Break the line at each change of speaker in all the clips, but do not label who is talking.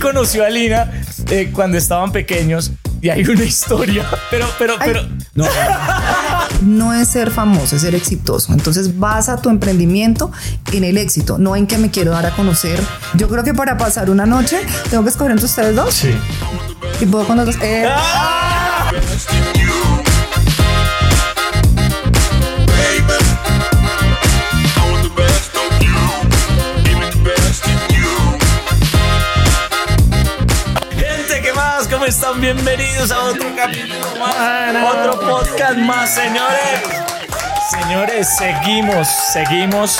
conoció a Lina eh, cuando estaban pequeños y hay una historia, pero, pero, pero,
No,
No es ser famoso, es ser exitoso. Entonces basa tu emprendimiento en el éxito, no en que me quiero dar a conocer. Yo creo que para pasar una noche tengo que escoger entre ustedes dos
sí.
y puedo con los dos. Eh,
Ah. Gente, ¿qué más? ¿Cómo están? Bienvenidos a otro capítulo más, otro podcast más, señores. Señores, seguimos, seguimos.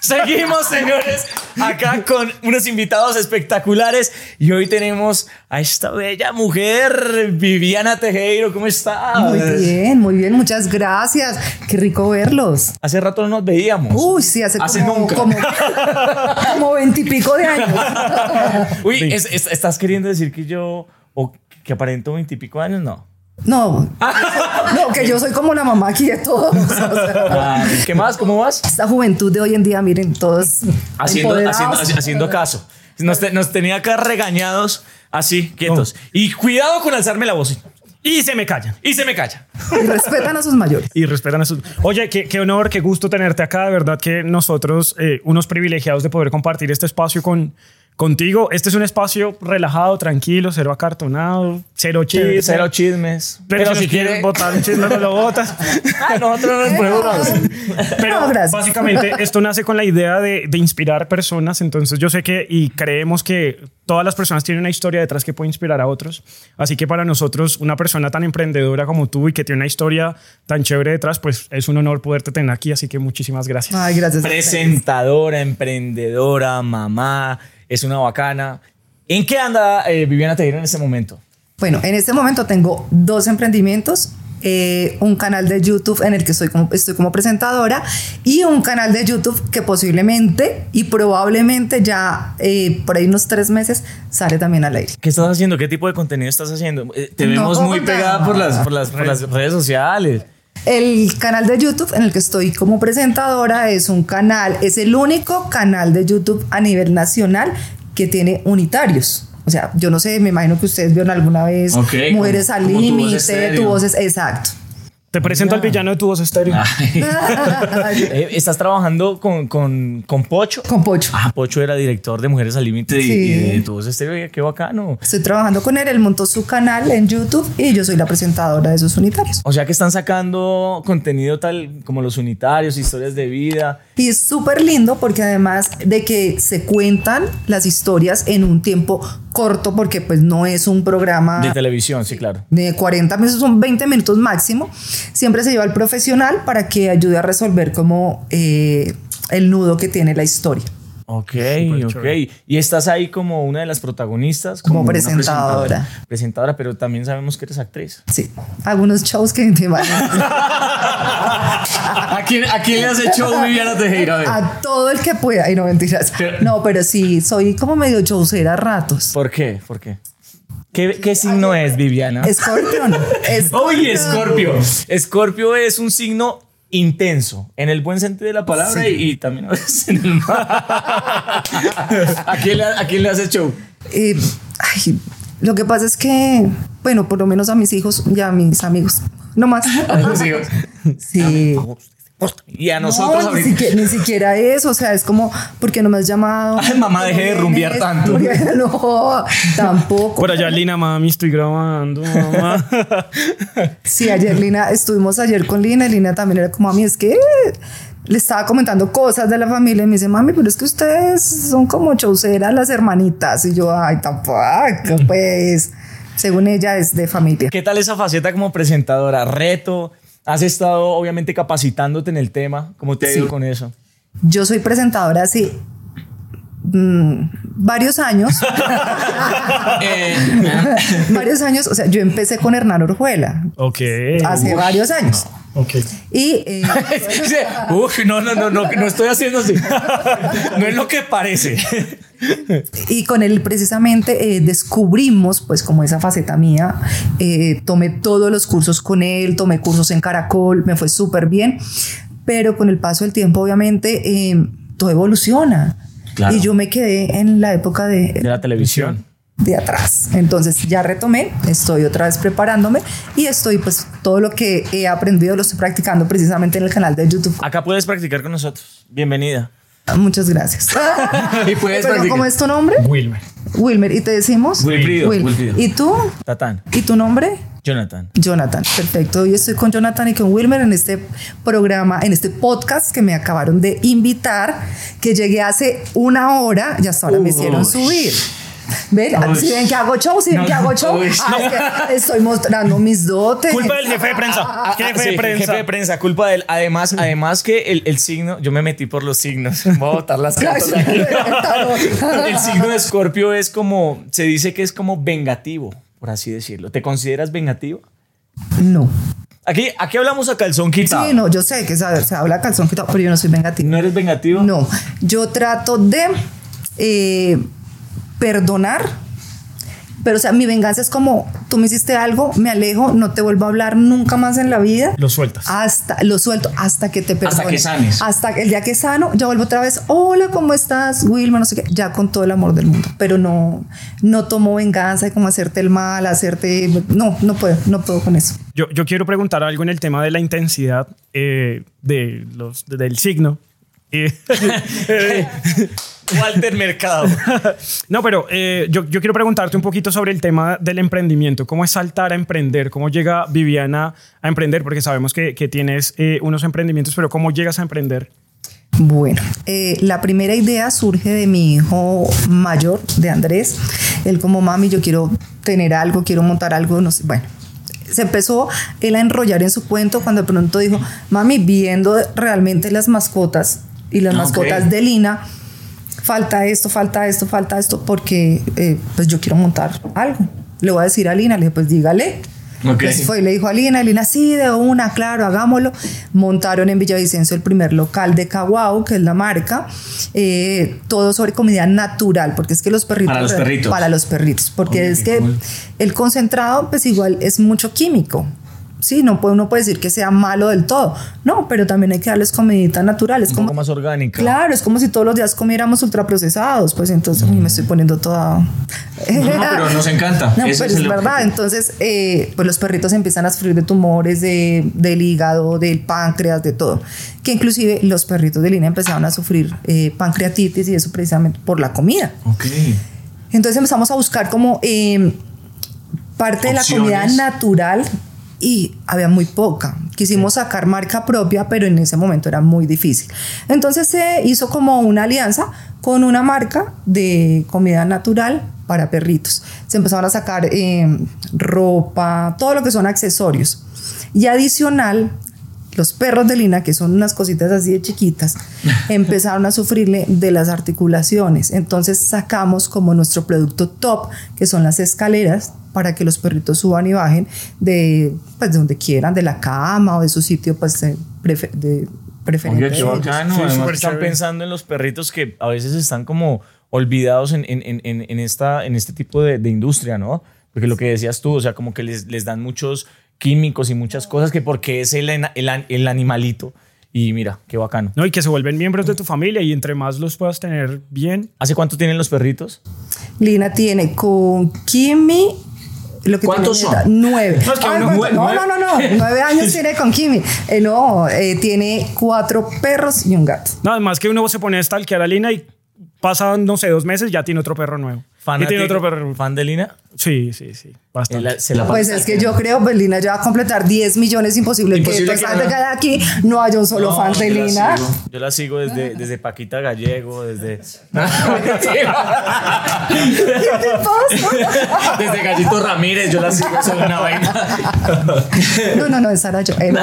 Seguimos, señores, acá con unos invitados espectaculares y hoy tenemos a esta bella mujer, Viviana Tejero, ¿cómo estás?
muy bien, muy bien, muchas gracias. Qué rico verlos.
Hace rato no nos veíamos.
Uy, sí, hace,
Hace
como,
nunca.
como como veintipico de años.
Uy, es- es- ¿estás queriendo decir que yo o que aparento veintipico años? No.
No, no, que yo soy como la mamá aquí de todos. O sea,
Ah, ¿Qué más? ¿Cómo vas?
esta juventud de hoy en día, miren, todos
Haciendo, haciendo,
empoderados.
haci- haciendo caso. Nos, te- nos tenía acá regañados, así, quietos. Y cuidado con alzarme la voz.
Y se me callan.
Y se me calla.
y respetan a sus mayores.
Y respetan a sus... Oye, qué, qué honor, qué gusto tenerte acá. De verdad que nosotros, eh, unos privilegiados de poder compartir este espacio con, contigo. Este es un espacio relajado, tranquilo, cero acartonado, cero chisme.
cero chismes. Pero, si quieres
botar un chisme, no lo botas.
Ah, nosotros nos ponemos.
Pero
No, gracias.
básicamente esto nace con la idea de, de inspirar personas, entonces yo sé que y creemos que todas las personas tienen una historia detrás que puede inspirar a otros, así que para nosotros una persona tan emprendedora como tú y que tiene una historia tan chévere detrás, pues es un honor poderte tener aquí, así que muchísimas gracias.
Ay, gracias.
Presentadora, emprendedora, mamá, es una bacana. ¿En qué anda eh, Viviana Tejero en este momento?
Bueno, en este momento tengo dos emprendimientos. eh, un canal de YouTube en el que soy como, estoy como presentadora y un canal de YouTube que posiblemente y probablemente ya eh, por ahí unos tres meses sale también al aire.
¿Qué estás haciendo? ¿Qué tipo de contenido estás haciendo? Eh, te
No
vemos
puedo
muy
contar.
pegada por las, por, las, por las redes sociales.
El canal de YouTube en el que estoy como presentadora es un canal, es el único canal de YouTube a nivel nacional que tiene unitarios. O sea, yo no sé, me imagino que ustedes vieron alguna vez
Ok,
Mujeres
como-
al
como Tu Voz
Límite,
Estéreo.
tu voz es exacto.
Te presento al villano de tu voz estéreo.
Eh, ¿Estás trabajando con, con, con Pocho?
Con Pocho.
Ah, Pocho era director de Mujeres al Límite y-
Sí.
y de Tu Voz Estéreo. Oye, Qué bacano.
Estoy trabajando con él, él montó su canal en YouTube y yo soy la presentadora de sus unitarios.
O sea que están sacando contenido tal como los unitarios, historias de vida.
Y es súper lindo porque además de que se cuentan las historias en un tiempo corto, porque pues no es un programa
De televisión, sí, claro.
de 40 minutos, son 20 minutos máximo, siempre se lleva al profesional para que ayude a resolver como eh, el nudo que tiene la historia
Ok, ok.
chévere.
Y estás ahí como una de las protagonistas.
como,
una
presentadora.
presentadora. Presentadora, pero también sabemos que eres actriz.
Sí, algunos shows que te van
¿A quién, ¿A quién le has hecho Viviana Tejera? A ver.
a todo el que pueda. Y no mentiras. No, pero sí, soy como medio showcera a ratos.
¿Por qué? ¿Por qué? ¿Qué, qué signo es, Viviana?
Escorpión.
¡Oye, Escorpio! Escorpio es un signo intenso, en el buen sentido de la palabra y, y también a veces en el mal.
¿A quién le, a quién le has hecho?
Eh, ay, lo que pasa es que, bueno, por lo menos a mis hijos y a mis amigos. No más. Sí.
Y a
No,
nosotros
ni,
ahorita.
siquiera, ni siquiera eso, o sea, es como, ¿por qué no me has llamado?
Ay, mamá,
¿Por qué
dejé de
no
rumbear
vienes?
tanto.
¿Por qué No, tampoco.
Por allá, Lina, mami, estoy grabando, mamá.
Sí, ayer Lina, estuvimos ayer con Lina y Lina también era como a mí, es que le estaba comentando cosas de la familia y me dice, mami, pero es que ustedes son como chauceras las hermanitas. Y yo, ay, tampoco, pues, según ella es de familia.
¿Qué tal esa faceta como presentadora? Reto. Has estado obviamente capacitándote en el tema. ¿Cómo te ha ido con eso?
Yo soy presentadora hace mm, varios años,
Eh,
varios años, o sea, yo empecé con Hernán Orjuela
Ok.
hace varios años.
Ok.
Y eh,
Dice, "Uf, no, no, no, no, no estoy haciendo así. No es lo que parece.
y con él precisamente eh, descubrimos pues como esa faceta mía Eh, tomé todos los cursos con él tomé cursos en Caracol me fue súper bien pero con el paso del tiempo, obviamente, eh, todo evoluciona.
Claro.
Y yo me quedé en la época de,
De la televisión.
de atrás. Entonces ya retomé, estoy otra vez preparándome y estoy pues todo lo que he aprendido lo estoy practicando precisamente en el canal de YouTube.
Acá puedes practicar con nosotros. Bienvenida.
Muchas gracias.
Y puedes
Pero,
practicar.
¿Cómo es tu nombre?
Wilmer.
Wilmer. ¿Y te decimos?
Wilfrido,
Wil-
Wilfrido.
¿Y tú?
Tatán.
¿Y tu nombre?
Jonathan.
Jonathan, perfecto. Hoy estoy con Jonathan y con Wilmer en este programa, en este podcast que me acabaron de invitar, que llegué hace una hora y hasta ahora me hicieron subir. ¿Ven? Ah, Si ven que hago show, si ven que hago show, ah, es que estoy mostrando mis dotes.
Culpa del jefe de prensa.
Ah,
Jefe
sí,
de prensa.
Jefe de prensa, culpa de él. Además, además que el, el signo, yo me metí por los signos. Voy a botar las cartas aquí. El signo de Escorpio es como, se dice que es como vengativo, por así decirlo. ¿Te consideras vengativo?
No.
Aquí, aquí hablamos a calzón quitado.
Sí, no, yo sé que se, se habla calzón quitado, pero yo no soy vengativa.
¿No eres vengativo?
No, yo trato de eh, perdonar, pero o sea, mi venganza es como, tú me hiciste algo, me alejo, no te vuelvo a hablar nunca más en la vida.
Lo sueltas.
Hasta, lo suelto hasta que te perdone.
que sanes.
Hasta el día que sano, ya vuelvo otra vez, hola, ¿cómo estás, Wilma? No sé qué, ya con todo el amor del mundo, pero no, no tomo venganza de como hacerte el mal, hacerte, no, no puedo, no puedo con eso.
Yo, yo quiero preguntar algo en el tema de la intensidad eh, de los, de- del signo. Eh,
Walter Mercado.
no, pero eh, yo, yo quiero preguntarte un poquito sobre el tema del emprendimiento. ¿Cómo es saltar a emprender? ¿Cómo llega Viviana a emprender? Porque sabemos que, que tienes eh, unos emprendimientos, pero ¿cómo llegas a emprender?
Bueno, eh, la primera idea surge de mi hijo mayor, de Andrés. Él como mami, yo quiero tener algo, quiero montar algo, no sé. Bueno, se empezó él a enrollar en su cuento cuando de pronto dijo, mami, viendo realmente las mascotas y las
Ah,
mascotas
ok.
de Lina, falta esto, falta esto, falta esto, porque eh, pues yo quiero montar algo. Le voy a decir a Lina, le dije, pues dígale.
Ok.
Pues fue y le dijo a Lina, Lina, sí, de una, claro, hagámoslo. Montaron en Villavicencio el primer local de Caguao, que es la marca, eh, todo sobre comida natural, porque es que los perritos...
Para los perritos.
Para los perritos, porque
Oye,
es
qué
que
cool.
el concentrado, pues igual es mucho químico. Sí, no puede, uno puede decir que sea malo del todo. No, pero también hay que darles comidita natural. Es
Un
como
poco más orgánica.
Claro, es como si todos los días comiéramos ultraprocesados, pues entonces uy, me estoy poniendo toda...
No, no, pero nos encanta.
No,
Ese
pero
es
es,
el
verdad,
objetivo.
entonces eh, pues los perritos empiezan a sufrir de tumores, de- del hígado, del páncreas, de todo. Que inclusive los perritos de línea empezaron a sufrir eh, pancreatitis y eso precisamente por la comida.
Ok.
Entonces empezamos a buscar como eh, parte de la comida
Opciones.
natural y había muy poca. Quisimos sacar marca propia, pero en ese momento era muy difícil. Entonces se hizo como una alianza con una marca de comida natural para perritos. Se empezaron a sacar eh, ropa, todo lo que son accesorios. Y adicional, los perros de Lina, que son unas cositas así de chiquitas, empezaron a sufrirle de las articulaciones. Entonces sacamos como nuestro producto top, que son las escaleras, para que los perritos suban y bajen de, pues, de donde quieran, de la cama o de su sitio pues, de, prefe- de preferente.
Oye, qué
de ellos.
bacano.
Sí,
además.
súper
Ah, están
chévere.
pensando en los perritos que a veces están como olvidados en, en- en- en- en esta, en este tipo de, de industria, ¿no? Porque lo que decías tú, o sea, como que les, les dan muchos químicos y muchas cosas que porque es el, ena- el an- el animalito. Y mira, qué bacano.
¿No? Y que se vuelven miembros de tu familia y entre más los puedas tener bien.
¿Hace cuánto tienen los perritos?
Lina tiene con Kimi. Lo que
¿Cuántos
tiene mi
son?
nieta, Nueve.
No, es que
Ah,
uno-
¿cuánto?
nueve-
no,
nueve.
no, no, no. Nueve años tiene con Kimi. Eh, no, eh, tiene cuatro perros y un gato.
Nada más que uno se pone a stalkear a Lina y pasan, no sé, dos meses ya tiene otro perro nuevo. y tiene otro perro.
¿Fan de Lina?
Sí, sí, sí. Bastante.
Él la- se la
Pues es que yo creo que Lina ya va a completar 10 millones. Imposible,
Imposible
que,
que
pues,
no.
de cada aquí no haya un solo
No,
fan de
yo la
Lina.
sigo.
Yo la sigo desde, desde Paquita Gallego, desde...
¿Qué te pasa?
Desde Gallito Ramírez, yo la sigo, soy una vaina.
No, no, no, esa era yo. Eh, no,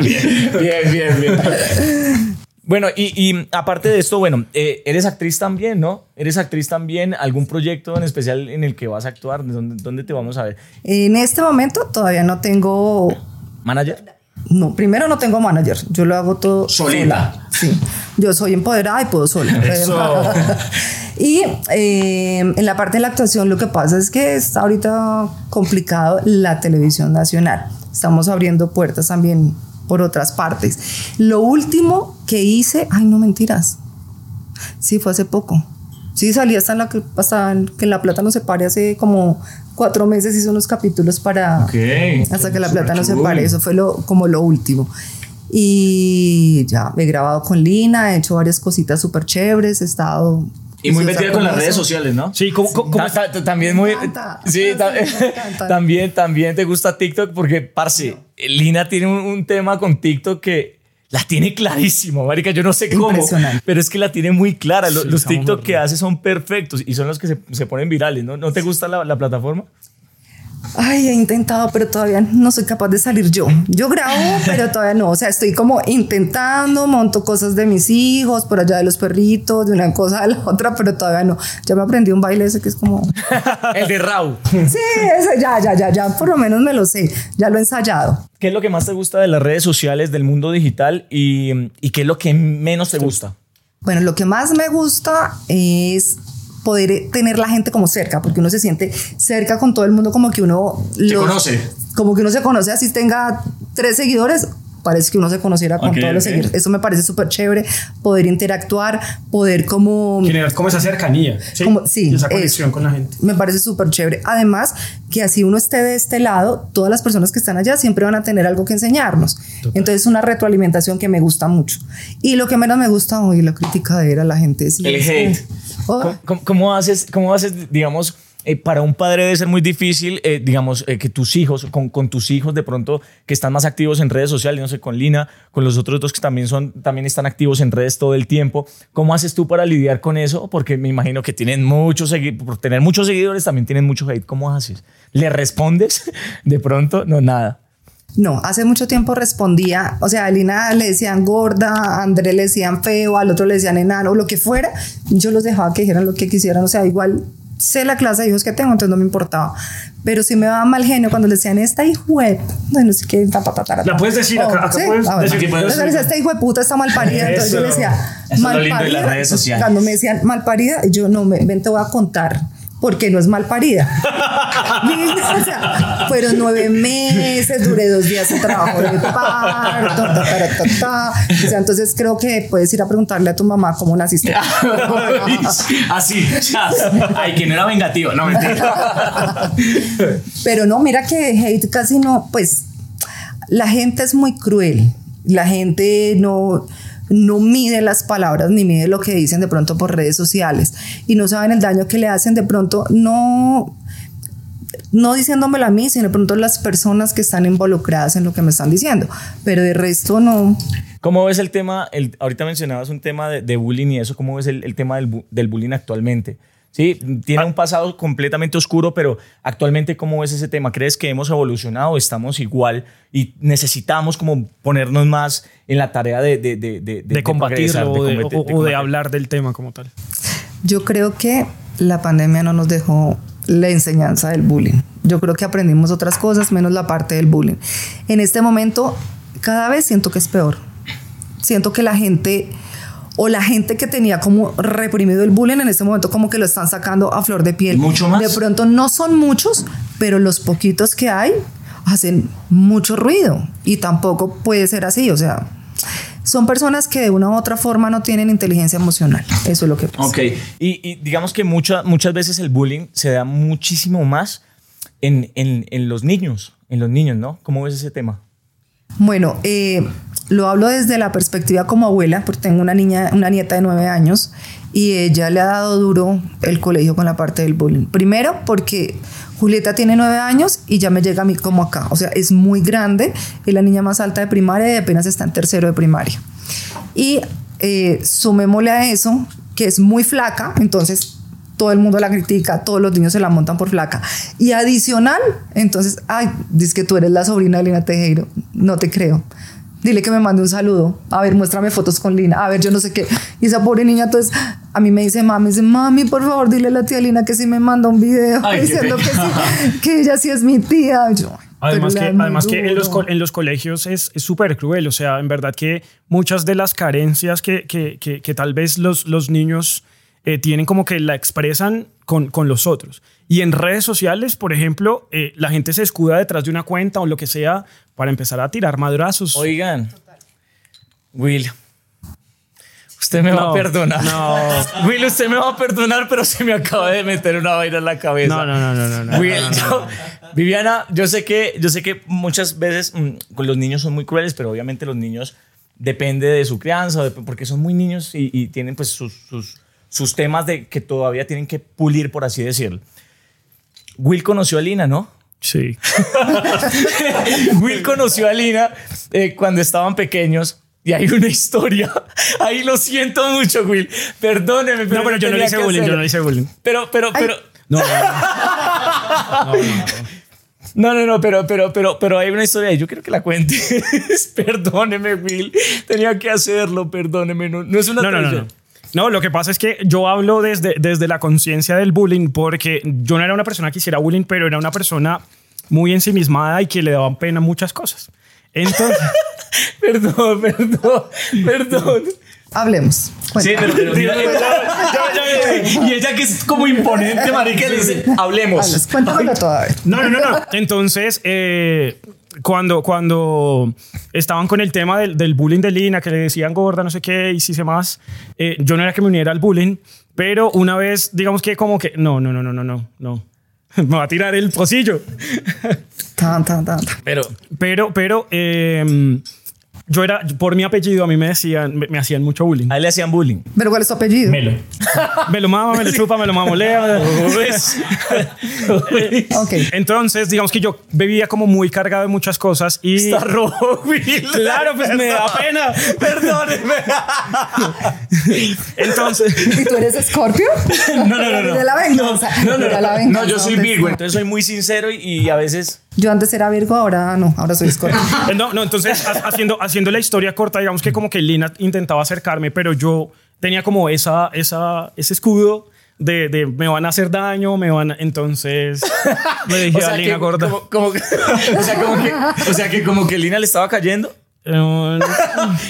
Bien, bien, bien.
Bueno, y, y aparte de esto, bueno, eh, eres actriz también, ¿no? Eres actriz también. ¿Algún proyecto en especial en el que vas a actuar? ¿Dónde, dónde te vamos a ver?
En este momento todavía no tengo.
¿Manager?
No, primero no tengo manager. Yo lo hago todo
Solita.
Sí, yo soy empoderada y puedo sola. y eh, en la parte de la actuación lo que pasa es que está ahorita complicado la televisión nacional. Estamos abriendo puertas también por otras partes. Lo último que hice, ay, no mentiras. Sí, fue hace poco. Sí, salí hasta en la que, hasta en que la plata no se pare hace como cuatro meses, hice unos capítulos para
Ok.
hasta que la plata no se
Cool.
pare. Eso fue lo, como lo último. Y ya me he grabado con Lina, he hecho varias cositas súper chéveres, he estado.
Y muy
juiciosa
metida con las
eso.
redes sociales, ¿no?
Sí, ¿cómo, cómo- cómo-
Ta- ta- ta- también muy.
encanta.
Sí,
Sí,
ta-
me encanta.
también, también te gusta TikTok porque, parce, Lina tiene un, un tema con TikTok que la tiene clarísimo, Marica. Yo no sé cómo,
Impresionante.
pero es que la tiene muy clara. Lo-
Sí,
los
esa
TikTok
mujer.
que hace son perfectos y son los que se, se ponen virales. ¿No, ¿No te gusta la, la plataforma?
Ay, he intentado, pero todavía no soy capaz de salir yo. Yo grabo, pero todavía no. O sea, estoy como intentando, monto cosas de mis hijos, por allá de los perritos, de una cosa a la otra, pero todavía no. Ya me aprendí un baile ese que es como.
El de Raúl.
Sí, ese ya, ya, ya, ya, por lo menos me lo sé. Ya lo he ensayado.
¿Qué es lo que más te gusta de las redes sociales, del mundo digital y, y qué es lo que menos te gusta?
Bueno, lo que más me gusta es poder eh, tener la gente como cerca, porque uno se siente cerca con todo el mundo, como que uno
Se conoce.
Como que uno se conoce, así tenga tres seguidores, parece que uno se conociera con
Ok,
todos los
ok.
seguidores. Eso me parece súper chévere, poder interactuar, poder como...
generar como esa cercanía. Sí,
Como- sí,
Y esa
eso.
conexión con la gente.
Me parece súper chévere. Además, que así uno esté de este lado, todas las personas que están allá siempre van a tener algo que enseñarnos. Entonces, una retroalimentación que me gusta mucho. Y lo que menos me gusta hoy, la criticadera, la gente. sí,
El
es que-
hate.
Oh,
¿Cómo, cómo- cómo haces, cómo haces, digamos, eh, para un padre debe ser muy difícil, eh, digamos, eh, que tus hijos, con, con tus hijos de pronto que están más activos en redes sociales, no sé, con Lina, con los otros dos que también, son, también están activos en redes todo el tiempo, ¿cómo haces tú para lidiar con eso? Porque me imagino que tienen muchos seguidores, por tener muchos seguidores también tienen mucho hate, ¿cómo haces? ¿Le respondes de pronto? No, nada.
No, hace mucho tiempo respondía, o sea, a Lina le decían gorda, a André le decían feo, al otro le decían enano, lo que fuera, yo los dejaba que dijeran lo que quisieran, o sea, igual sé la clase de hijos que tengo, entonces no me importaba. Pero sí me daba mal genio cuando le decían esta hijo de, ay, no sé qué, ta, pa, ta, ta, ta.
La puedes decir, acá- acá puedes
Ah, bueno.
decir-
aquí puedes-
Entonces, decía, esta hijo de puta está mal parida, entonces yo
Eso.
le decía,
Eso es lo
mal
lindo de las
parida".
redes sociales.
Cuando me decían mal parida, yo no, me, ven, te voy a contar. Porque no es mal parida. O sea, fueron nueve meses, duré dos días de trabajo de parto, ta, ta, ta, ta, ta. O sea, entonces creo que puedes ir a preguntarle a tu mamá cómo naciste.
Así, ya. Ay, que no era vengativo, no mentira.
Pero no, mira que hate casi no, pues la gente es muy cruel. La gente no, no mide las palabras ni mide lo que dicen de pronto por redes sociales y no saben el daño que le hacen de pronto, no, no diciéndomelo a mí, sino de pronto las personas que están involucradas en lo que me están diciendo. Pero de resto no.
¿Cómo ves el tema? El, ahorita mencionabas un tema de, de bullying y eso. ¿Cómo ves el, el tema del, bu- del bullying actualmente? Sí, tiene un pasado completamente oscuro, pero actualmente, ¿cómo ves ese tema? ¿Crees que hemos evolucionado? ¿Estamos igual? ¿Y necesitamos como ponernos más en la tarea de, de, de, de,
De combatirlo
progresar,
o de,
combatir-
o- o de
combatir?
hablar del tema como tal.
Yo creo que la pandemia no nos dejó la enseñanza del bullying. Yo creo que aprendimos otras cosas, menos la parte del bullying. En este momento, cada vez siento que es peor. Siento que la gente o la gente que tenía como reprimido el bullying en este momento como que lo están sacando a flor de piel.
¿Mucho más?
De pronto no son muchos, pero los poquitos que hay hacen mucho ruido y tampoco puede ser así, o sea, son personas que de una u otra forma no tienen inteligencia emocional. Eso es lo que pasa.
Ok.
Y, y digamos que mucha- muchas veces el bullying se da muchísimo más en, en, en los niños, en los niños, ¿no? ¿Cómo ves ese tema?
Bueno, eh, lo hablo desde la perspectiva como abuela, porque tengo una niña, una nieta de nueve años y ella le ha dado duro el colegio con la parte del bullying. Primero, porque Julieta tiene nueve años y ya me llega a mí como acá, o sea, es muy grande, es la niña más alta de primaria y apenas está en tercero de primaria. Y eh, sumémosle a eso que es muy flaca, entonces todo el mundo la critica, todos los niños se la montan por flaca. Y adicional, entonces, ay, dice que tú eres la sobrina de Lina Tejero, no te creo. Dile que me mande un saludo. A ver, muéstrame fotos con Lina. A ver, yo no sé qué. Y esa pobre niña, entonces, a mí me dice, mami, dice, mami, por favor, dile a la tía Lina que sí me manda un video
Ay, qué
diciendo que,
pena.
sí, que ella sí es mi tía. Yo, "Ay,
Además,
pero
que,
la muy
además que en, los,
duro".
co- en los colegios es es súper cruel, o sea, en verdad que muchas de las carencias que, que- que- que tal vez los, los niños eh, tienen como que la expresan con, con los otros. Y en redes sociales, por ejemplo, eh, la gente se escuda detrás de una cuenta o lo que sea para empezar a tirar madrazos.
Oigan, Will, usted me va a
No,
perdonar.
no.
Will, usted me va a perdonar, pero se me acaba de meter una vaina en la cabeza.
No, no, no, no, no, no.
Will, yo- Viviana, yo sé que yo sé que muchas veces mm, con los niños son muy crueles, pero obviamente los niños depende de su crianza, de- porque son muy niños y, y tienen pues sus, sus, sus temas de que todavía tienen que pulir, por así decirlo. Will conoció a Lina, ¿no?
Sí.
Will conoció a Lina eh, cuando estaban pequeños. Y hay una historia. Ahí lo siento mucho, Will. Perdóneme.
No, pero yo no
tenía
le hice
que
bullying, yo
hacerlo.
no le hice bullying.
Pero, pero, pero.
No, no, no.
No, no, no, pero, pero, pero, pero hay una historia. y Yo quiero que la cuentes. perdóneme, Will. Tenía que hacerlo. Perdóneme. No, no es una
No, no, no, no.
traición.
No, lo que pasa es que yo hablo desde, desde la conciencia del bullying porque yo no era una persona que hiciera bullying, pero era una persona muy ensimismada y que le daban pena muchas cosas. Entonces,
Perdón, perdón, perdón.
Hablemos.
Sí,
Cuenta.
pero, pero- y, ella, y ella que es como imponente, marica, le dice, hablemos.
Hables, Cuéntamelo todo. a ver.
No, no, no, no. Entonces, eh, cuando, cuando estaban con el tema del, del bullying de Lina, que le decían gorda, no sé qué, y si se más, eh, yo no era que me uniera al bullying, pero una vez, digamos que como que, no, no, no, no, no, no, no. Me va a tirar el pocillo.
Tan, tan, tan, tan.
Pero,
Pero, pero, eh, yo era, por mi apellido, a mí me decían, me, me hacían mucho bullying.
a él le hacían bullying.
Pero ¿cuál es tu apellido?
Melo.
Me lo mama, me lo chupa, me lo mamolea.
Pues.
Ok.
Entonces, digamos que yo vivía como muy cargado de muchas cosas y...
Está rojo, Will.
Claro, pues me da pena.
Perdóneme.
Entonces,
¿Y tú eres Scorpio?
No, no, no, no.
De la venganza.
No, no,
Mira
no.
la venganza,
No,
pues,
yo soy
hombre.
Virgo, entonces soy muy sincero y, y a veces.
Yo antes era Virgo, ahora no, ahora soy Scorpio.
Eh, No, no, entonces ha- haciendo, haciendo la historia corta, digamos que como que Lina intentaba acercarme, pero yo tenía como esa, esa, ese escudo de, de me van a hacer daño, me van a... Entonces le dije a Lina
que,
gorda.
Como, como que- o, sea, como que, o sea, que como que Lina le estaba cayendo.
"Eh,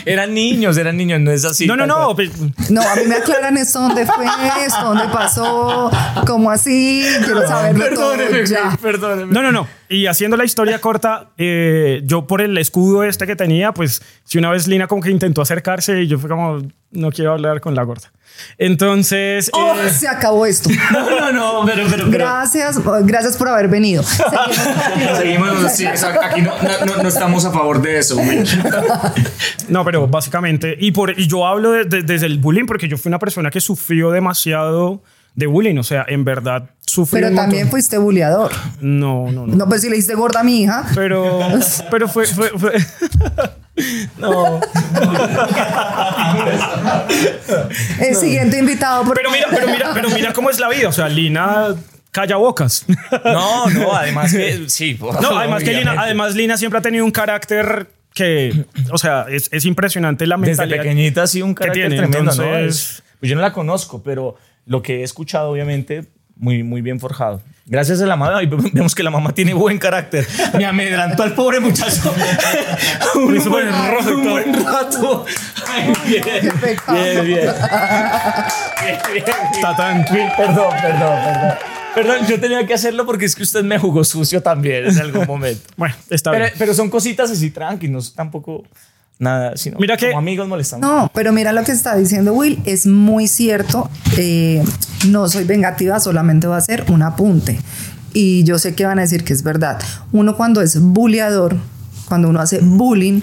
Eran niños, eran niños, no es así.
no, no,
tal cual.
no. pues,
No, a mí me aclaran esto, dónde fue esto, dónde pasó, cómo así, quiero saberlo todo
Perdóneme,
ya.
Will, perdóneme.
No, no, no. Y haciendo la historia corta, eh, yo por el escudo este que tenía, pues si una vez Lina como que intentó acercarse y yo fue como, no quiero hablar con la gorda. Entonces...
Oh,
eh,
se acabó esto.
No, no, no, pero, pero, pero.
Gracias, gracias por haber venido.
Seguimos, sí, exacto. Aquí no, no- no- no estamos a favor de eso, Will.
No, pero básicamente, y, por, y yo hablo de- de- desde el bullying porque yo fui una persona que sufrió demasiado de bullying, o sea, en verdad sufrí.
Pero
un montón.
también fuiste buleador.
No, no, no.
No, pues si le hiciste gorda a mi hija.
Pero, pero fue, fue, fue- No.
El siguiente invitado. por
Pero mira, pero mira, pero mira cómo es la vida, o sea, Lina calla bocas.
No, no, además que sí.
No, además que Lina,
obviamente.
además Lina siempre ha tenido un carácter que, o sea, es, es impresionante la
Desde
mentalidad.
pequeñita sí un carácter
tiene,
tremendo, ¿no?
entonces-
Es- pues yo no la conozco, pero lo que he escuchado, obviamente, muy, muy bien forjado. Gracias a la mamá, y vemos que la mamá tiene buen carácter. Me amedrantó al pobre muchacho. un,
hizo
buen,
buen rato.
un buen rato. Ay, bien, bien,
pecado.
bien, bien, bien.
Está tan-
Perdón, perdón, perdón. Perdón, yo tenía que hacerlo porque es que usted me jugó sucio también en algún momento.
Bueno, está
Pero,
bien.
pero son cositas así tranqui, no es tampoco nada, sino
Mira que-
como amigos molestamos.
No, pero mira lo que está diciendo Will, es muy cierto. eh, no soy vengativa, solamente va a ser un apunte. Y yo sé que van a decir que es verdad. Uno cuando es buleador, cuando uno hace bullying,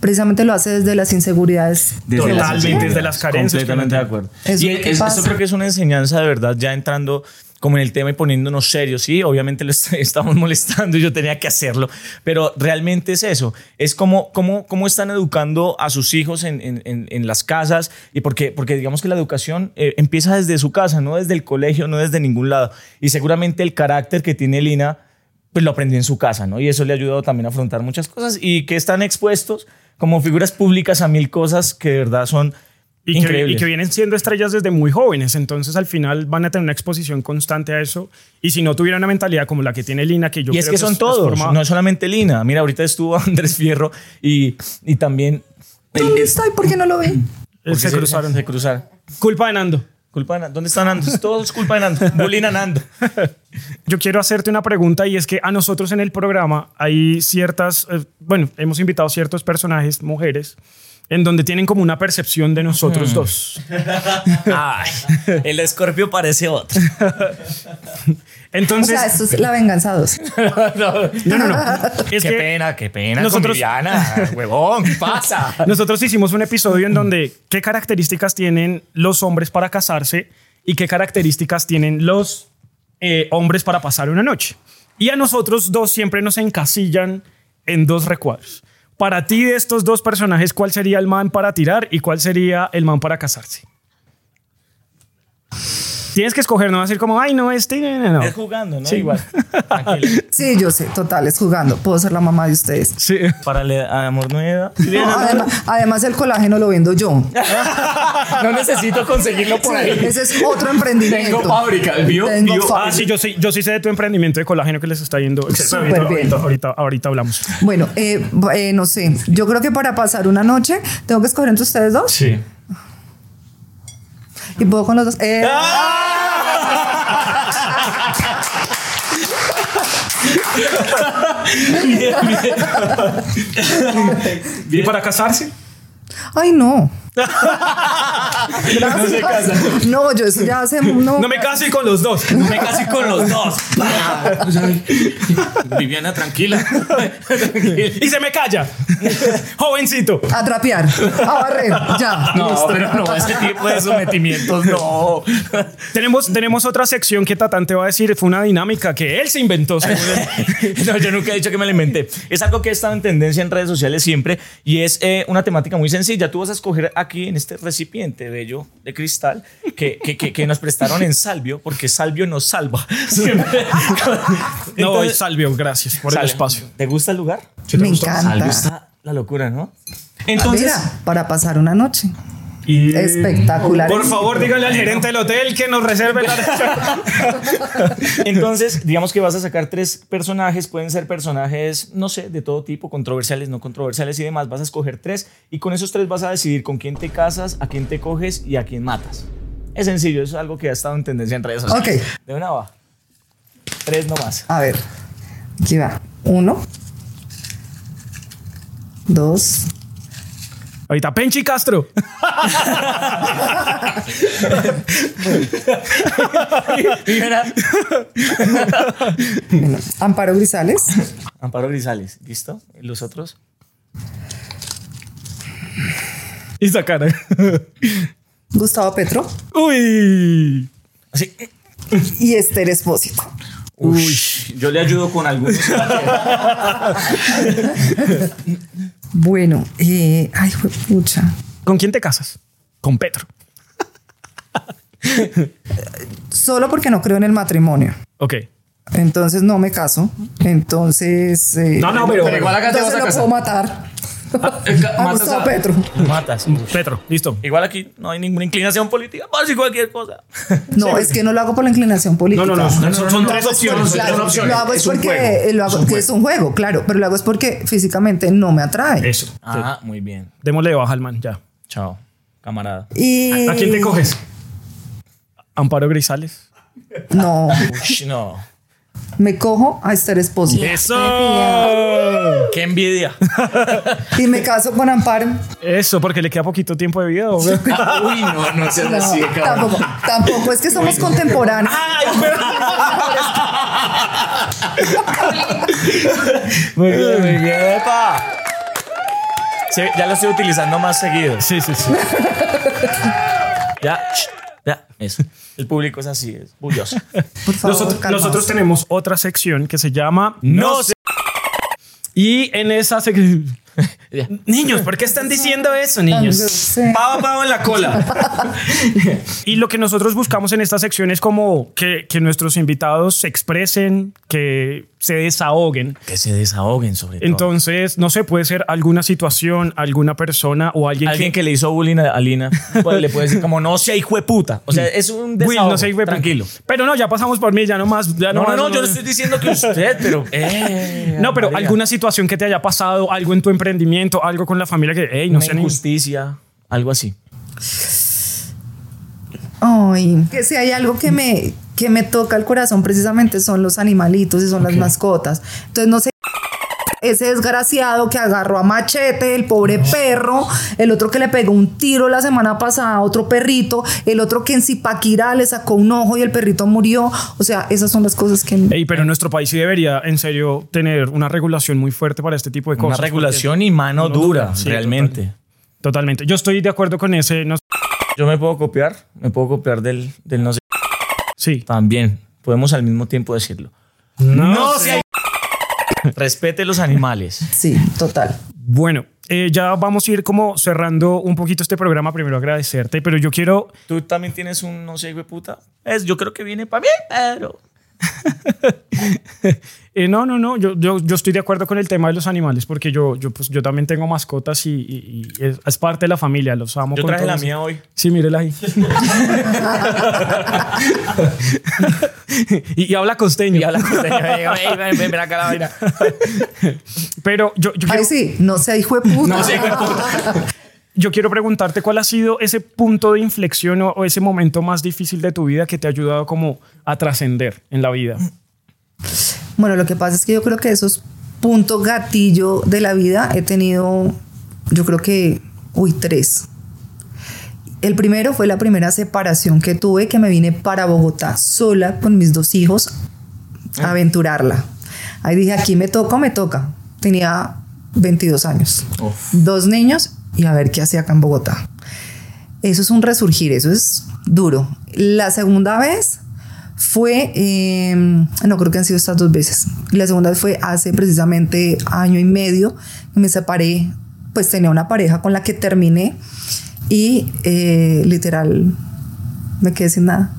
precisamente lo hace desde las inseguridades.
Desde las
Totalmente,
inseguridades,
desde las carencias.
Completamente de acuerdo.
Eso
y
es lo que
es-
pasa.
eso creo que es una enseñanza de verdad, ya entrando como en el tema y poniéndonos serios, sí, obviamente lo est- estamos molestando y yo tenía que hacerlo, pero realmente es eso, es como, como, cómo están educando a sus hijos en, en- en- en las casas, y porque, porque digamos que la educación eh, empieza desde su casa, no desde el colegio, no desde ningún lado, y seguramente el carácter que tiene Lina, pues lo aprendió en su casa, ¿no? Y eso le ha ayudado también a afrontar muchas cosas y que están expuestos como figuras públicas a mil cosas que de verdad son
Y que,
increíbles.
y que vienen siendo estrellas desde muy jóvenes, entonces al final van a tener una exposición constante a eso. Y si no tuviera una mentalidad como la que tiene Lina, que yo
y es
creo
que son
es- es
todos,
forma- eh,
no es solamente Lina. Mira, ahorita estuvo Andrés Fierro y, y también...
¿Dónde estoy? ¿Por qué no lo vi?
se, cruzaron.
Se cruzaron.
Culpa de Nando.
Culpa de Nando. ¿Dónde está Nando? Todo es culpa de Nando. Bullying a Nando.
Yo quiero hacerte una pregunta y es que a nosotros en el programa hay ciertas, eh, bueno, hemos invitado ciertos personajes, mujeres, en donde tienen como una percepción de nosotros dos.
Ay, el escorpio parece otro.
O
Entonces,
sea, esto es la venganza 2.
no, no, no. Es
qué
que
pena, qué pena. Nosotros,
nosotros-
Viviana, huevón, ¿qué pasa?
nosotros hicimos un episodio en donde qué características tienen los hombres para casarse y qué características tienen los eh, hombres para pasar una noche. Y a nosotros dos siempre nos encasillan en dos recuadros. Para ti de estos dos personajes, ¿cuál sería el man para tirar y cuál sería el man para casarse? Tienes que escoger, no vas a decir como, ay, no, este, no, no".
Es jugando, ¿no?
Sí.
Igual. Tranquilo.
Sí, yo sé, total, es jugando. Puedo ser la mamá de ustedes.
Sí.
Para el amor nueva.
No, además, además, el colágeno lo vendo yo.
No necesito conseguirlo por
Sí,
ahí.
ese es otro emprendimiento.
Tengo fábrica, ¿vio?
Tengo
¿Vio?
Ah,
fábrica.
sí, yo sí, yo sí sé de tu emprendimiento de colágeno que les está yendo.
Súper
Ahorita-
bien.
ahorita- ahorita, ahorita hablamos.
Bueno, eh, eh, no sé. Yo creo que para pasar una noche tengo que escoger entre ustedes dos.
Sí.
Y puedo con los dos. Eh,
¡Ah! ¿Y para casarse?
Ay, no. no No, yo eso ya hace. No,
No me case con los dos.
Me casé con los dos. Pa. O sea, Viviana, tranquila.
Y se me calla. Jovencito.
A trapear, a barrer, ya.
No,
listo.
pero no, ese tipo de
Pues
sometimientos, no.
Tenemos, tenemos otra sección que Tatán te va a decir. Fue una dinámica que él se inventó.
No, yo nunca he dicho que me la inventé. Es algo que ha estado en tendencia en redes sociales siempre y es eh, una temática muy sencilla. Tú vas a escoger aquí en este recipiente bello de cristal que, que, que- que nos prestaron en Salvio, porque Salvio nos salva. Siempre.
No,
Entonces-
Salvio, gracias por el
Salvio,
espacio. Ah.
¿Te gusta el lugar?
Me encanta.
Está la locura, ¿no? Ah,
Mira,
Entonces,
para pasar una noche. Espectacular.
Por favor, dígale al gerente del hotel que nos reserve la...
Entonces, digamos que vas a sacar tres personajes, pueden ser personajes, no sé, de todo tipo, controversiales, no controversiales y demás. Vas a escoger tres y con esos tres vas a decidir con quién te casas, a quién te coges y a quién matas. Es sencillo, eso es algo que ha estado en tendencia en redes sociales.
Ok.
De una va. Tres nomás.
A ver, aquí va. Uno, dos,
Ahorita, Penchi Castro.
bueno, Amparo Grisales,
Amparo Grisales, ¿listo? ¿Y los otros?
Y esa cara.
Gustavo Petro
Uy.
Así.
y Esther Espósito.
Uy, yo le ayudo con algunos.
Bueno, eh, ay, pucha.
¿Con quién te casas? Con Petro.
Solo porque no creo en el matrimonio.
Ok.
Entonces no me caso. Entonces. eh,
No, no, pero-
Pero igual acá te vas
entonces
a
lo
casar.
puedo matar. A
Matas
Gustavo
a-
Petro.
Matas.
Petro, listo.
Igual aquí no hay ninguna inclinación política, básico cualquier cosa.
No, es que no lo hago por la inclinación política.
no, no, pues
No, no, no,
Son
no,
tres
pues,
opciones,
claro,
son opciones.
Lo hago es,
un
porque
juego,
eh, lo hago,
es un
que es un juego, claro, pero lo hago es porque físicamente no me atrae.
Eso.
Ah, muy bien.
Démosle de baja al man, ya.
Chao, camarada.
Y
¿A quién te coges? Amparo Grisales.
No,
Uy, no.
me cojo a estar esposo
¡Eso!
Qué envidia.
y me caso con Amparo.
Eso, porque le queda poquito tiempo de vida. ¿o?
Uy, no, no seas
No,
así, cabrón.
tampoco, tampoco es que somos contemporáneos.
Ah, Muy bien, muy bien. ¡Epa! Sí, ya lo estoy utilizando más seguido.
Sí, sí, sí.
Ya, sh, ya, eso. El público es así, es bulloso.
Por favor,
Nosotros,
calmaos.
nosotros tenemos otra sección que se llama
No sé.
Y en esa sección. niños, ¿por qué están diciendo eso,
Yo
niños?
sé.
Pavo, pavo en la cola.
Y lo que nosotros buscamos en esta sección es como que, que nuestros invitados se expresen, que se desahoguen.
Que se desahoguen sobre todo.
Entonces, no sé, puede ser alguna situación, alguna persona o alguien,
Alguien
que.
que le hizo bullying a Alina pues, le puede decir como no sea hijo de puta. O sea, es un
Will,
desahogo.
no sé, güey,
Tranquilo.
Pero no, ya pasamos por mí, ya no más. ya
Ah, No,
más,
no, no, yo no estoy diciendo que usted, pero... eh,
No, pero
María,
alguna situación que te haya pasado, algo en tu emprendimiento, algo con la familia que, hey, no
Una
sé, ni-
injusticia, algo así.
Ay, que si hay algo que me, que me toca el corazón precisamente son los animalitos y son las mascotas. Entonces no sé ese desgraciado que agarró a machete, el pobre perro, el otro que le pegó un tiro la semana pasada a otro perrito, el otro que en Zipaquirá le sacó un ojo y el perrito murió. O sea, esas son las cosas que...
Ey, pero nuestro país sí debería, en serio, tener una regulación muy fuerte para este tipo de
Una
cosas.
regulación y mano
Mano
dura,
dura, sí,
realmente.
porque- Totalmente. Yo estoy de acuerdo con ese. No,
Yo me puedo copiar, me puedo copiar del, del no sé.
sí.
También podemos al mismo tiempo decirlo.
No,
si hay- Respete los animales.
Sí, total.
Bueno, eh, ya vamos a ir como cerrando un poquito este programa. Primero agradecerte, pero yo quiero
Tú también tienes un no sé, hijo de puta. Es, yo creo que viene para mí, pero.
Eh, no, no, no, yo, yo, yo estoy de acuerdo con el tema de los animales porque yo, yo, pues, yo también tengo mascotas y, y- y es, es parte de la familia, los amo.
Yo
con
traje
todo
la
eso.
mía hoy.
Sí, mírela ahí. y, y habla costeño. Pero yo, yo, quiero,
Ay, sí, no sea hijo de puta.
No sé, hijo de puta.
yo quiero preguntarte cuál ha sido ese punto de inflexión o, o ese momento más difícil de tu vida que te ha ayudado como a trascender en la vida.
Bueno, lo que pasa es que yo creo que esos puntos gatillo de la vida he tenido, yo creo que, uy, tres. El primero fue la primera separación que tuve, que me vine para Bogotá sola con mis dos hijos a aventurarla. Ahí dije, aquí me toca o me toca. Tenía 22 años, dos niños y a ver qué hacía acá en Bogotá. Eso es un resurgir, eso es duro. La segunda vez fue, eh, no creo que han sido estas dos veces. La segunda vez fue hace precisamente año y medio que me separé, pues tenía una pareja con la que terminé y eh, literal me quedé sin nada.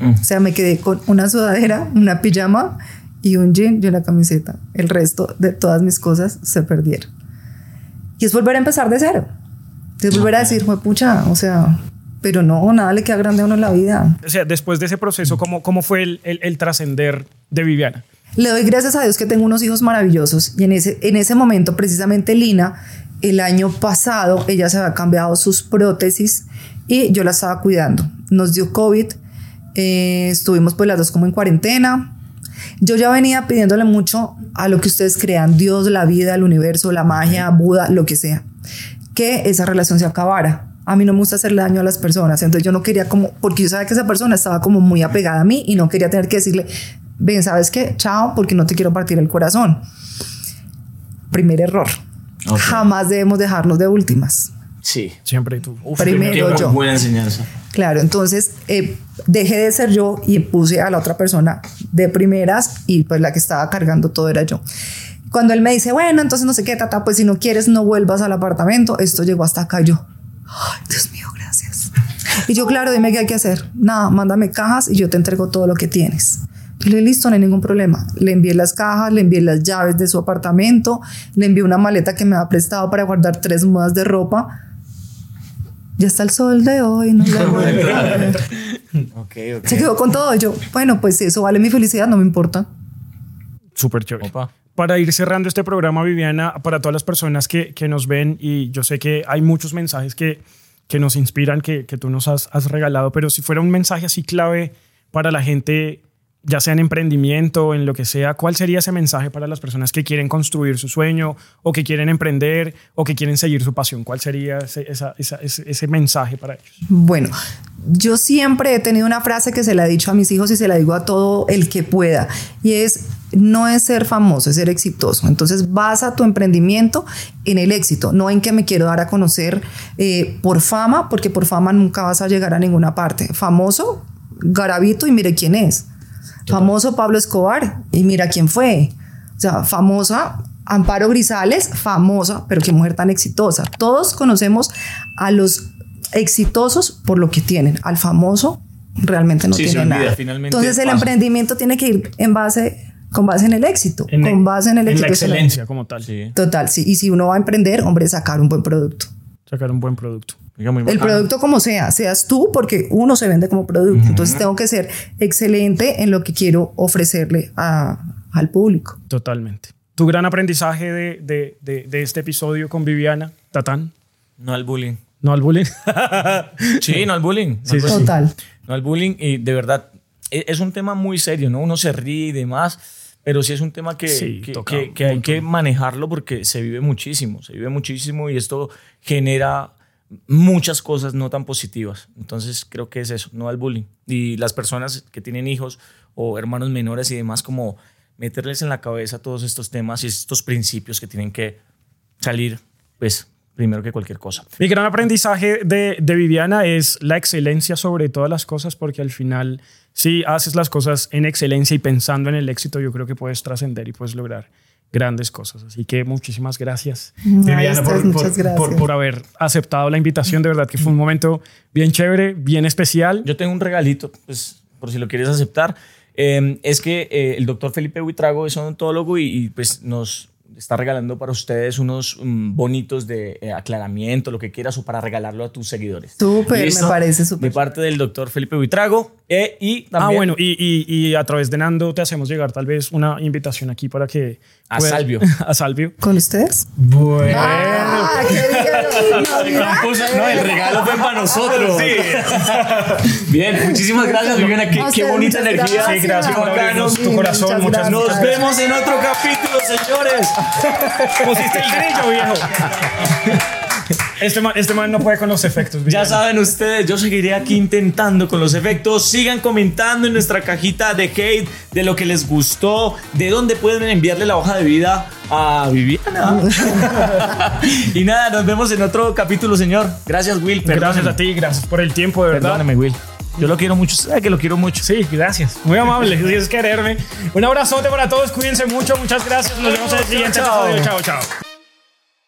O sea, me quedé con una sudadera, una pijama y un jean y una camiseta. El resto de todas mis cosas se perdieron. Y es volver a empezar de cero. Es volver a decir, fue pucha, o sea, pero no, nada le queda grande a uno en la vida.
O sea, después de ese
Mm.
proceso, ¿cómo, cómo fue el, el- el trascender de Viviana?
Le doy gracias a Dios que tengo unos hijos maravillosos. Y en ese, en ese momento, precisamente Lina, el año pasado, ella se había cambiado sus prótesis y yo la estaba cuidando. Nos dio COVID, eh, estuvimos pues las dos como en cuarentena. Yo ya venía pidiéndole mucho a lo que ustedes crean, Dios, la vida, el universo, la magia, Buda, lo que sea, que esa relación se acabara. A mí no me gusta hacerle daño a las personas, entonces yo no quería como, porque yo sabía que esa persona estaba como muy apegada a mí y no quería tener que decirle, ven, ¿sabes qué? Chao, porque no te quiero partir el corazón. Primer error. Jamás debemos dejarnos de últimas.
Sí.
Siempre tú.
Primero
Qué
yo.
buena enseñanza.
Claro, entonces eh, dejé de ser yo y puse a la otra persona de primeras y pues la que estaba cargando todo era yo. Cuando él me dice, bueno, entonces no sé qué, tata, pues si no quieres no vuelvas al apartamento, esto llegó hasta acá yo. Ay, Dios mío, gracias. Y yo, claro, dime qué hay que hacer. Nada, mándame cajas y yo te entrego todo lo que tienes. Yo le dije, listo, no hay ningún problema. Le envié las cajas, le envié las llaves de su apartamento, le envié una maleta que me había prestado para guardar tres mudas de ropa. Ya está el sol de hoy, no la voy a ver.
Ok, ok.
Se quedó con todo. Yo, bueno, pues si eso vale mi felicidad, no me importa.
Súper chévere.
Opa.
Para ir cerrando este programa, Viviana, para todas las personas que, que nos ven, y yo sé que hay muchos mensajes que, que nos inspiran, que, que tú nos has, has regalado, pero si fuera un mensaje así clave para la gente, ya sea en emprendimiento, en lo que sea, ¿cuál sería ese mensaje para las personas que quieren construir su sueño, o que quieren emprender, o que quieren seguir su pasión? ¿Cuál sería ese, esa- esa- ese- ese mensaje para ellos?
Bueno, yo siempre he tenido una frase que se la he dicho a mis hijos y se la digo a todo el que pueda, y es, no es ser famoso, es ser exitoso. Entonces basa tu emprendimiento en el éxito, no en que me quiero dar a conocer eh, por fama, porque por fama nunca vas a llegar a ninguna parte. Famoso, garabito y mire quién es. Famoso Pablo Escobar y mira quién fue. O sea, famosa Amparo Grisales, famosa, pero qué mujer tan exitosa. Todos conocemos a los exitosos por lo que tienen, al famoso realmente no
Sí, se
tiene
olvida,
nada.
finalmente
Entonces el
pasa.
emprendimiento tiene que ir en base con base en el éxito, con base en el
en
éxito
la
se la-
excelencia como tal.
Total, sí, y si uno va a emprender, hombre, sacar un buen producto.
Sacar un buen producto.
Oiga, muy
El
bacano.
producto como sea, seas tú porque uno se vende como producto, entonces tengo que ser excelente en lo que quiero ofrecerle a- al público.
Totalmente. Tu gran aprendizaje de, de- de- de este episodio con Viviana, Tatán.
Ah, No al bullying.
No al bullying.
Sí, no al bullying. no
Sí,
al
sí,
bullying.
Total.
No al bullying y de verdad e- es un tema muy serio, ¿no? Uno se ríe y demás, pero sí es un tema que,
Sí,
que,
toca
que-
un
que hay que manejarlo porque se vive muchísimo, se vive muchísimo y esto genera muchas cosas no tan positivas. Entonces creo que es eso, no al bullying. Y las personas que tienen hijos o hermanos menores y demás, como meterles en la cabeza todos estos temas y estos principios que tienen que salir, pues, primero que cualquier cosa.
Mi gran aprendizaje de, de Viviana es la excelencia sobre todas las cosas, porque al final, si haces las cosas en excelencia y pensando en el éxito, yo creo que puedes trascender y puedes lograr grandes cosas. Así que muchísimas gracias,
Ay, a ustedes, pues, muchas gracias.
por- por haber aceptado la invitación. De verdad que fue un momento bien chévere, bien especial.
Yo tengo un regalito, pues, por si lo quieres aceptar. Eh, es que eh, el doctor Felipe Buitrago es odontólogo y, y, pues nos está regalando para ustedes unos mm, bonitos de eh, aclaramiento, lo que quieras, o para regalarlo a tus seguidores.
Súper,
¿Listo?
me parece
De
súper.
parte del doctor Felipe Buitrago. eh, y
Ah,
también
bueno, y, y- y a través de Nando te hacemos llegar tal vez una invitación aquí para que...
A Salvio.
A Salvio.
¿Con ustedes?
Bueno.
Ah, qué bien. No, mira.
No, el regalo fue para nosotros. Bien, muchísimas gracias, Viviana. Qué,
A
qué
ustedes,
bonita
muchas
energía.
gracias.
Sí, gracias por
Qué bacano.
abrirnos tu corazón.
Muchas gracias.
Muchas,
Nos vemos en otro capítulo, señores.
Pusiste el grillo, viejo. Este man, este man no puede con los efectos.
Ya
viejo.
saben ustedes, yo seguiré aquí intentando con los efectos. Sigan comentando en nuestra cajita de hate de lo que les gustó, de dónde pueden enviarle la hoja de vida a Viviana. y nada, nos vemos en otro capítulo, señor. Gracias, Will.
Gracias a ti, gracias por el tiempo, de verdad.
Perdóneme, Will. Yo lo quiero mucho. Sabe que lo quiero mucho.
Sí, gracias. Muy amable, si es quererme. Un abrazote para todos, cuídense mucho, muchas gracias. Nos vemos en el siguiente
Chao, chao.
episodio. Chao, chao.